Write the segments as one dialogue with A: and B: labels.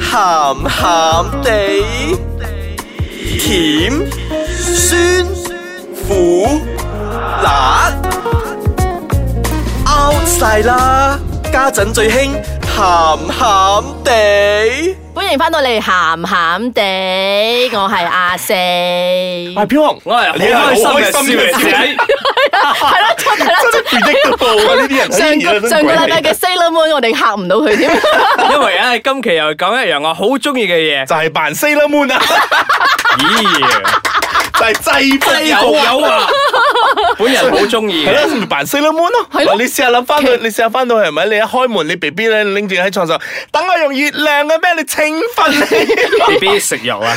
A: 鹹鹹地，甜酸苦辣 out 晒啦！家陣最興鹹鹹地。
B: 歡迎翻到嚟，咸咸地，我係阿 四，係
C: 阿飄紅，
D: 我係嗯哎好開心嘅笑仔，
B: 啦，出係啦，
C: 真係 predictable 啊！呢啲人
B: 上個上個禮拜嘅 Sailor Moon 我哋嚇唔到佢 添，
D: 因為咧今期又講一樣我好中意嘅嘢，
C: 就係扮 Sailor Moon 啊，
D: 咦，
C: 就係制服
D: 有有啊，本人好中意
C: 係
D: 嘅，
C: 啦，咪扮 Sailor Moon 咯。
B: 係咯
C: 嗱你試下諗翻到，你試下翻到係咪？你一開門，你 B B 咧拎住喺床上，等我用月亮嘅咩？你請瞓你。
D: B B 食肉啊，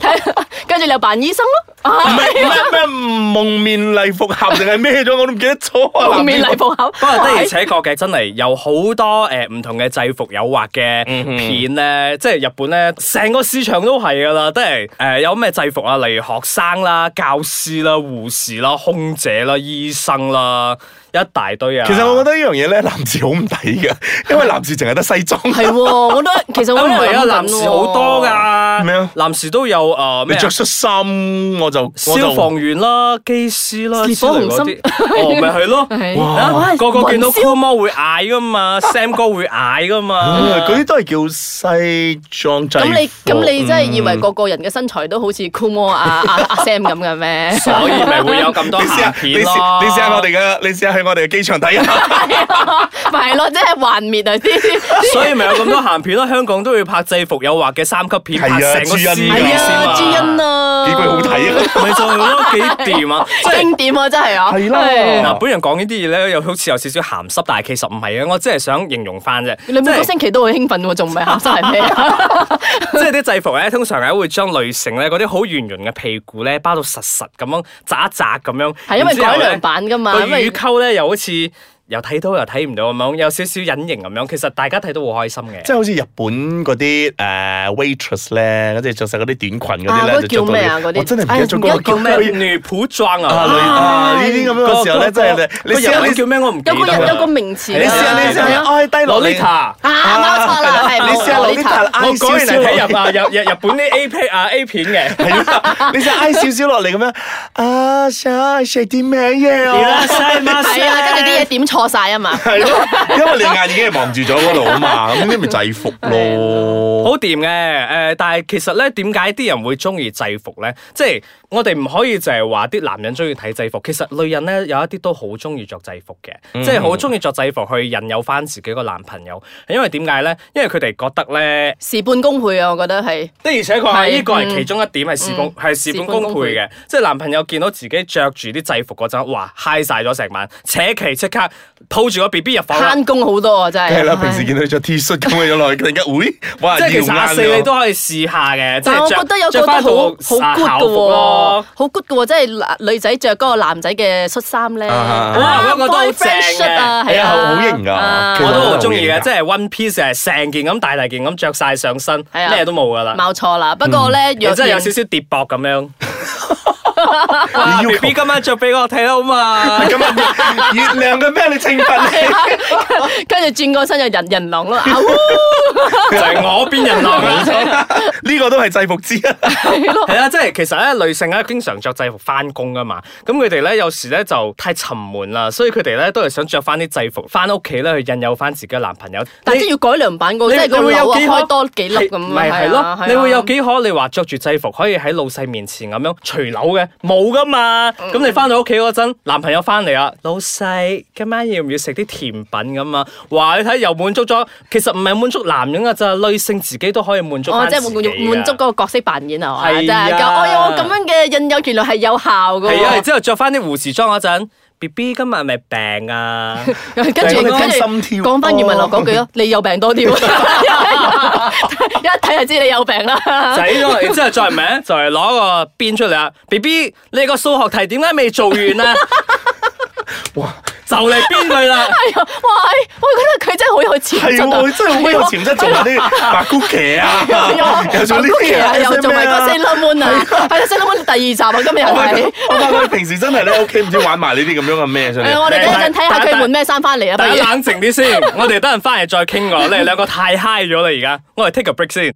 B: 睇跟住你又扮醫生咯，
C: 唔
B: 啊
C: 係咩咩蒙面禮服俠定係咩咗？我都唔記得咗啊！
B: 蒙面禮服口，
D: 不過的而且確嘅真係有好多誒唔同嘅制服誘惑嘅
B: 嗯
D: 片咧，即係日本咧成個市場都係㗎啦，都係誒有咩制服啊，例如學生啦、教師啦、護士啦、空姐啦、醫生啦，一大堆啊。
C: 其實我覺得呢樣嘢咧，男士好唔抵㗎，因為男士淨係得西裝。
B: 係喎，我 都其實我
D: 啊
B: 都
D: 唔
B: 有諗緊
D: 係啊，
B: 喎
D: 男士好多，㗎，
C: 咩啊
D: 男士都有誒
C: 你
D: 咩啊
C: 着恤衫我就我
D: 消
C: 就
D: 防員啦、機師啦、
B: 烈
D: 之
B: 火
D: 類嗰
B: 雄
D: 啲
B: 心，
D: 哦，咪係咯。
B: 係
D: 啊
B: 哇
D: 個個見到
B: 雲霄
D: Cool 魔會嗌噶嘛，Sam 哥會嗌噶嘛，
C: 啊嗰啲都係叫西裝制服。哦
B: 咁你咁你真係以為個個人嘅身材都好似 Cool Mo 啊啊啊 Sam 咁嘅咩？
D: 所以咪會有咁多
C: 你試下
D: 鹹，
C: 你
D: 片咯
C: 試你試下我哋嘅，你試下去我哋嘅機場睇 下。
B: 係啊， 咪係咯，即係幻滅 啊啲。
D: 所以咪有咁多鹹片咯。香港都會拍制服誘惑嘅三級片，
C: 係啊
D: 拍成個
C: 朱茵
D: 師
C: 係
B: 係
D: 先
B: 啊，朱茵啊，
C: 幾句好睇啊！
D: 咪就係咯，幾 掂啊！即係
B: 經典啊，真係啊，
C: 係啦
B: 係
D: 嗱，本人講呢啲嘢咧，又好似有少少鹹濕，但係其實唔係嘅，啊我只係想形容翻啫。
B: 你每
D: 即
B: 個
D: 係
B: 星期都會興奮喎，仲唔係鹹濕係咩啊？
D: 即係啲制服咧，通常係會將女性咧嗰啲好圓潤嘅屁股咧包到實實咁樣扎一扎咁樣，
B: 係因為
D: 然之後
B: 改
D: 呢
B: 良版㗎嘛
D: 個
B: 因為
D: 乳溝咧又好似又睇到又睇唔到咁樣，有少少隱形咁樣。其實大家睇都好開心嘅。
C: 即係好似日本嗰啲誒 waitress 咧，即係着晒嗰啲短裙嗰啲
B: 啊嗰
C: 咧，
B: 個
C: 就着到
B: 叫咩啊
C: 呢
B: 嗰啲
C: 我真係唔記得咗嗰個
B: 叫咩
C: 佢
D: 女仆裝
C: 啊
D: 啊，
C: 女啊呢啲咁樣嘅時候咧，
D: 個
C: 真係你
D: 個
C: 你試
D: 日
C: 下
D: 文
C: 你
D: 叫咩？我唔記得
B: 有個有有個
D: 啦。
B: 名詞㗎，
C: 你試下你試下你挨低落嚟，
D: Lolita
B: 啊，冇錯啦，係
C: 你試下
B: 冇
C: 攞啲
B: 錯
C: 頭挨
D: 我講
C: 少
D: 完
C: 少
D: 嚟
C: 落
D: 睇日啊日日日本啲 A 片啊 A 片嘅。
C: 係啊， 你試下挨少少落嚟咁樣啊，想食啲咩嘢 啊？
B: 係啊，跟住啲嘢點錯晒啊嘛，
C: 係咯，因為你眼已經係望住咗嗰度啊嘛，咁你咪制服咯。
D: 好掂嘅，誒、但係其實咧，點解啲人會中意制服咧？即係我哋唔可以就係話啲男人中意睇制服，其實女人咧有一啲都好中意着制服嘅，即係好中意着制服去引誘翻自己個男朋友。因為點解咧？因為佢哋覺得咧。
B: 事半功倍啊，我覺得係。
D: 的而且確
B: 係嗯
D: 係呢個係其中一點係事半係事半功倍嘅，即係男朋友見到自己着住啲制服嗰陣，哇嗨晒咗成晚，扯旗即刻抱住個 B B 入房啦
B: 慳工好多啊，真係。
C: 係啦，平時見到佢着 T 恤咁樣落去，突然間，喂，哇，
D: 即係其實阿
C: 要
D: 四
C: 啱咗
D: 你都可以試下嘅，即
B: 但係
D: 係
B: 我
D: 着
B: 覺得有個
D: 着
B: 都好
D: 翻
B: 好 good
D: 套校
B: 嘅
D: 服
B: 喎
D: 咯。，
B: 好 good 嘅喎，即係男女仔着嗰個男仔嘅恤衫咧，
C: 啊啊
D: 啊
B: 啊
D: 嗰個都好
B: boyfriend
D: 正嘅
B: shirt 啊，
C: 係
B: 係
C: 啊
B: 啊，
C: 好型㗎
B: 啊
C: 其實
D: 我都好中意
C: 我
D: 嘅，
C: 都
D: 即係 one piece 係成件咁大大件咁着晒上身，
B: 係啊
D: 咩都冇噶啦，
B: 冇錯啦，不過咧，
D: 又
B: 若
D: 真係有
B: 然
D: 少少跌膊咁 樣。啊
C: 你要求
D: B B 今晚着俾我睇好 嘛？
C: 咁啊，月亮嘅咩？你懲罰你？
B: 跟住轉個身就人人 狼咯，啊
D: 就係我邊人 狼。啊
C: 呢個都係制服之一。
D: 係啊啦，即係其實咧，女性咧經常着制服翻工噶嘛，咁佢哋咧有時咧就太沉悶啦，所以佢哋咧都係想着翻啲制服翻屋企咧去引誘翻自己嘅男朋友。
B: 但
D: 你
B: 係要改良版嗰個，
D: 你
B: 即係個
D: 你會
B: 樓
D: 有
B: 啊
D: 幾可
B: 開多幾粒咁啊，
D: 咪係
B: 係啊
D: 咯？你會有？
B: 係啊
D: 幾可你話着住制服可以喺老細面前咁樣除褸嘅？冇噶嘛。
B: 嗯
D: 咁你翻到屋企嗰陣，男朋友翻嚟啦，老細今晚要唔要食啲甜品咁啊？哇！你睇又滿足咗，其實唔係滿足男人噶咋，女性自己都可以滿足
B: 哦
D: 返，
B: 即係
D: 自己
B: 滿足
D: 㗎
B: 滿足嗰個角色扮演係嘛？
D: 係
B: 真係
D: 啊
B: 咁哎呀，我咁樣嘅引誘原來係有效嘅
D: 係啊，然
B: 喎，
D: 之後着翻啲護士裝嗰陣，B B 今日係咪病 啊？
B: 跟住
C: 我哋
B: 跟
C: 聽
B: 住
C: 心跳
B: 講翻余文樂嗰句咯，你有病多 啲喎，一睇就知你有病啦。
D: 仔咗，然之後再名就係攞個邊出嚟啊！B B，你個數學題點解未做完啊？
C: 哇，
D: 就嚟邊佢 啦。
B: 係啊，哇！係我覺得佢真係好有潛
C: 係
B: 質啊，
C: 喎，真係好有潛質做埋啲白姑騎啊，又做呢啲嘢啊，
B: 又做埋個
C: SML 啊
B: Sailor Moon 啊，係啦，Sailor Moon 第二集啊，今日
D: Oh
C: 我發覺
B: 係。
C: 我發覺佢平時真係咧屋企唔知玩埋呢啲咁樣嘅咩上
B: 誒，我哋等一陣睇下佢換咩衫翻嚟啊！不
D: 大
B: 如
D: 家冷靜啲先，我哋等陣翻嚟再傾我。你哋兩個太 high 咗啦，而家我哋 take a break 先。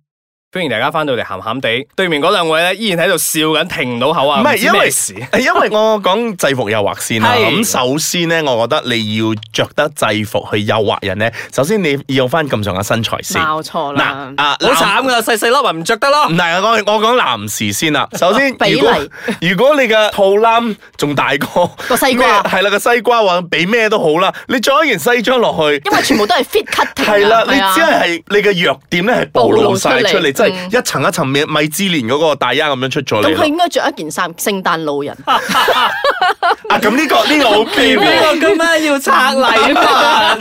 D: 歡迎大家翻到嚟鹹鹹地，對面嗰兩位咧依然喺度笑緊，停唔到口啊！
C: 唔係
D: 知
C: 因
D: 咩
C: 為
D: 事，
C: 因為我講制服誘惑先啦。
D: 係
C: 咁首先咧，我覺得你要着得制服去誘惑人咧，首先你要有翻咁上下身材先。
B: 鬧錯啦
C: 嗱，啊，
D: 好慘噶，細細粒啊咪唔着得咯
C: 唔。係，我我講男士先 啦。首先，
B: 比例
C: 如果如果你嘅肚腩仲大過
B: 個西瓜
C: 咩係啦個西瓜或者比咩都好啦，你着一件西裝落去。
B: 因為全部都係 fit cutting
C: 係啦，你
B: 啊
C: 只係你嘅弱點咧，係暴露晒
B: 暴
C: 出
B: 露出
C: 嚟，
B: 嚟
C: 即係一層一層米米芝蓮嗰個大丫咁樣出咗
B: 咁
C: 嚟
B: 佢
C: 咯。
B: 應該着一件衫，聖誕老人。
C: 啊，咁呢個呢個 OK
D: 呢
C: 喎。
D: 個今晚 要拆禮
C: 係
D: 物，
C: 啦，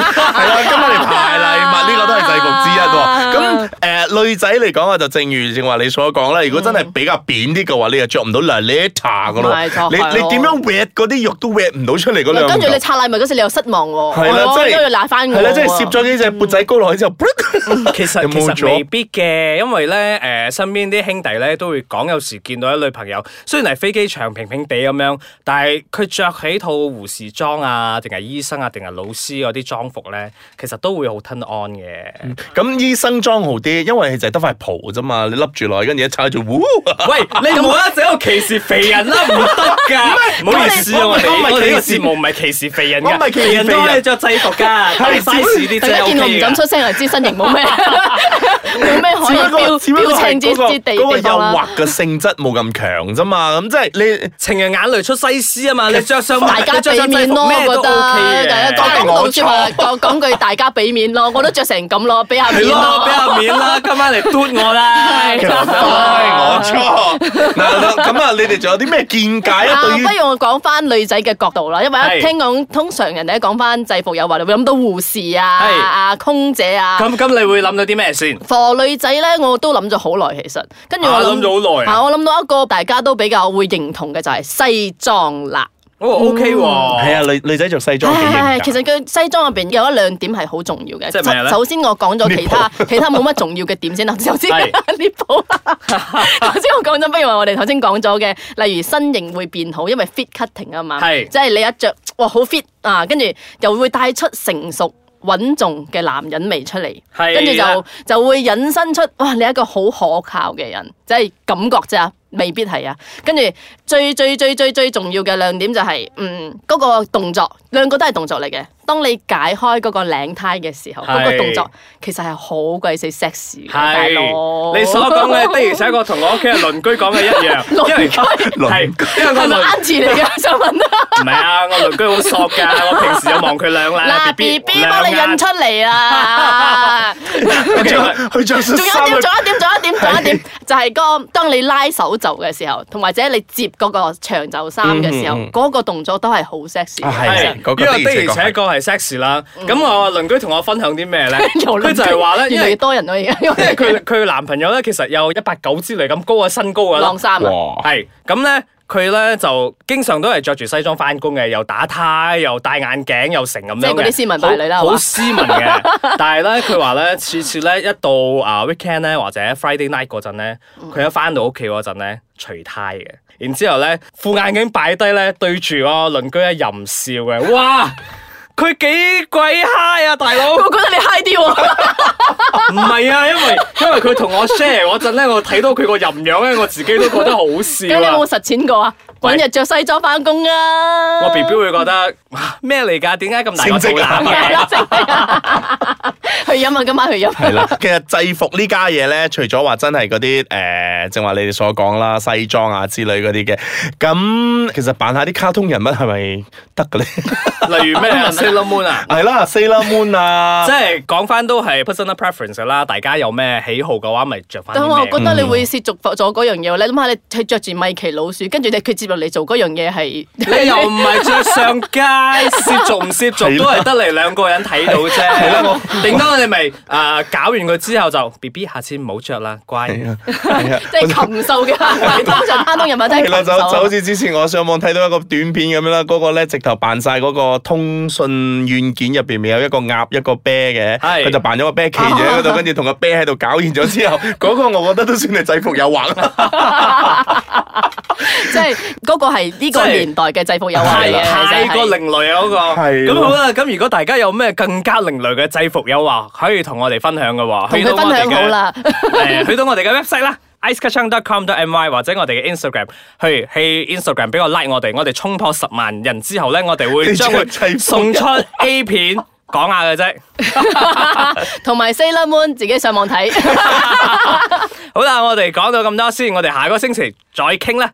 C: 今日嚟排禮物呢個都係制服之 一喎。咁誒、呃女仔嚟講啊，就正如正話你所講啦。如果真係比較扁啲嘅話，你又着唔到 laleta 噶咯
B: 咪就係。
C: 你
B: 咯
C: 你點樣搲嗰啲肉都搲唔到出嚟嗰兩嚿。
B: 跟住你拆禮物嗰時，你又失望喎。
C: 係啦，
B: 我
C: 即
B: 應該要
C: 係
B: 賴翻我喎。嗯
C: 係啦，即係攝咗幾隻缽仔糕落去之後，
D: 其實
C: 有
D: 其
C: 冇
D: 實未
C: 咗？
D: 必嘅，因為咧誒、呃身邊啲兄弟咧都會講，有時見到啲女朋友雖然係飛機場平平地咁樣，但係佢着起套護士裝啊，定係醫生啊，定係老師嗰啲裝服咧，其實都會好 turn on 嘅。
C: 咁醫生裝好啲，因為就係得塊袍啫嘛，你笠住落去，跟住一 踩住，呼！
D: 喂，你唔好一直喺度歧視肥人啦，唔得 噶，唔好意思啊，
C: 我
D: 我哋
C: 我唔係
D: 我哋呢個
C: 歧視
D: 節目唔係歧視肥人
C: 我唔係
D: 嘅，
C: 歧視肥人
D: 人都可以着制服噶，我哋 size 啲
B: 大家
D: 啫
B: 見我唔
D: ，OK
B: 敢
D: 嘅。
B: 出聲，就知身形 冇咩冇咩可以標
C: 只不過
B: 標青之
C: 嗰個
B: 之地
C: 嗰個
B: 地
C: 誘
B: 方啊啦。
C: 惑嘅性質冇咁強啫嘛，咁即係你。
D: 情人眼淚出西施啊嘛，你着上
B: 大家
D: 你着
B: 俾
D: 上制
B: 面咯，
D: 服
B: 我
D: 咩
B: 覺
D: 都
B: 得
D: OK
B: 大
D: 嘅，
B: 家講
C: 我
B: 講句話，講講句大家俾面咯，我都着成咁咯，俾下面
D: 係咯，
B: 咯
D: 俾。下面啦，今晚嚟嘟我啦。
B: 係
C: 其實都係我 錯。嗱咁啊，你哋仲有啲咩見解啊？
B: 啊，
C: 對於
B: 不如我講翻女仔嘅角度啦，因為
D: 係
B: 一聽講通常人哋一講翻制服誘惑，你會諗到護士啊、
D: 係
B: 啊空姐啊。
D: 咁咁，你會諗到啲咩先？
B: for 女仔咧，我都諗咗好耐，其實跟住我
D: 啊諗咗好耐啊
B: 我諗到一個大家都比較會認同嘅就係西裝啦。
D: 哦，OK 喎，
C: 係啊，女女仔着西裝幾型
B: 唉
C: 㗎
B: 其實佢西裝入邊有一兩點係好重要嘅。
D: 即係咩咧
B: 首首先我講咗其他其他冇乜重要嘅點 先啦。首先
D: 係
B: 呢鋪， 頭先我講咗，不如話我哋頭先講咗嘅，例如身形會變好，因為 fit cutting 啊嘛，
D: 係
B: 即係你一着哇好 fit 啊，跟住又會帶出成熟。穩重嘅男人味出嚟，
D: 係啦
B: 跟住就就會引申出哇！你係一個好可靠嘅人，即係感覺啫，未必係啊。跟住最最最最最重要嘅亮點就係、嗯嗰、個動作，兩個都係動作嚟嘅。當你解開嗰個領呔嘅時候，
D: 係
B: 嗰個動作其實係好鬼死 sexy 嘅，大
D: 係
B: 佬。
D: 你所 講嘅的而且確同我屋企嘅鄰居講嘅一樣，因為係因
B: 係
D: 為我
B: 咪
D: 鄰
B: 啱字嚟嘅？想問 啊
D: 唔係啊，我鄰居好索㗎，我平時有望佢兩
B: 嗱
D: 眼
B: ，B B
D: 兩
B: 幫你印
D: 眼
B: 出嚟啊啦。
C: 佢着
D: OK，
C: 佢着
B: 仲有一點，仲有一點，仲有一點，仲
C: 恤衫啊，
B: 有一 點，就係嗰個當你拉手袖嘅時候，同或者你接嗰個長袖衫嘅時候，
C: 嗯嗯嗯
B: 嗰個動作都係好 sexy 嘅。
C: 啊係
D: 係，
C: 嗰個
D: 因為的而
C: 的而
D: 且
C: 且
D: 確係 sex 啦。咁我鄰居同我分享啲咩咧？
B: 又
D: 佢就係話
B: 越
D: 咧，因
B: 嚟越
D: 為
B: 多人咯，而家 因
D: 因為
B: 為
D: 佢佢男朋友咧，其實有一百九之類咁高嘅身高㗎啦
B: 晾。衫啊，
C: 哇！
D: 係咁咧，佢咧就經常都係着住西裝翻工嘅，又打呔，又戴眼鏡，又成咁樣嘅
B: 即係嗰啲斯文敗類啦係
D: 好 好
B: 嘛
D: 斯文嘅。但係咧，佢話咧，次次咧一到啊 weekend 咧或者 Friday night 嗰陣咧，佢一翻到屋企嗰陣咧，除呔嘅。然之後咧，副眼鏡擺低咧，對住個鄰居咧啊淫笑嘅，哇！佢幾鬼 high 啊，大佬！
B: 我覺得你 high 啲喎，
D: 唔係啊，因為因為佢同我 share 嗰陣咧，我睇到佢個淫樣咧，我自己都覺得好
B: 咁
D: 笑
B: 你
D: 啊
B: 有冇。實踐過啊？
D: 喂
B: 揾日着西裝翻工啊！
C: 嗯
D: 我 B B 會覺得哇咩嚟㗎？點解咁大個肚
C: 啊
D: 腩
B: 係
D: 嘅？
B: 啦，即係去飲啊， 今晚去飲。
C: 係啦，其實制服呢家嘢咧，除咗話真係嗰啲誒，正話你哋所講啦，西裝啊之類嗰啲嘅，咁其實扮下啲卡通人物係咪得嘅咧？
D: 例如 咩啊 Sailor Moon 啊？
C: 係啦，Sailor Moon 啊
D: 即，係講翻都係 personal preference 㗎啦，大家有咩喜好嘅話，咪着翻
B: 但
D: 啲
B: 我
D: 咩
B: 覺得你會涉足咗嗰樣嘢喎，你諗下你去着住米奇老鼠，跟住你佢接落嚟做嗰樣嘢係。
D: 你又唔係着上街，攝做唔攝做
C: 係
D: 都
C: 啦
D: 係得嚟兩個人睇到啫。係
C: 啦我
D: 頂多你咪啊搞完佢之後就 B B 下次唔好着啦，乖。
C: 係啊，係啊
B: 即係禽獸嘅行為，通常山東人物都係啊
C: 係啦，
B: 禽
C: 就就好
B: 獸。
C: 似之前我上網睇到一個短片咁樣啦，嗰、個咧直頭扮晒嗰個通訊軟件入邊咪有一個鴨一個啤嘅，
D: 係
C: 佢就扮咗個啤企住喺嗰度，跟住同個啤喺度搞完咗之後，嗰、個我覺得都算係制服誘惑啦。
B: 即係嗰個係呢個年代嘅制服誘惑
D: 太
B: 嚟嘅，
D: 太過
B: 其實係
D: 另類啊嗰
C: 係咯
D: 個，咁好啦。咁如果大家有咩更加另類嘅制服誘惑，可以同我哋分享嘅喎。
B: 同
D: 去到
B: 佢
D: 我
B: 分
D: 哋
B: 享
D: 嘅
B: 好。 啦。
D: 誒，去到我哋嘅 website 啦。icekachang.com.my 或者我哋嘅 Instagram，去去 Instagram 俾我 like 我哋，我哋衝破十萬人之後咧，我哋會將會
C: 你真係制服
D: 送出 A 片講下嘅啫。
B: 同埋 Sailor Moon 自己上網睇。
D: 好啦，我哋講到咁多先，我哋下個星期再傾啦。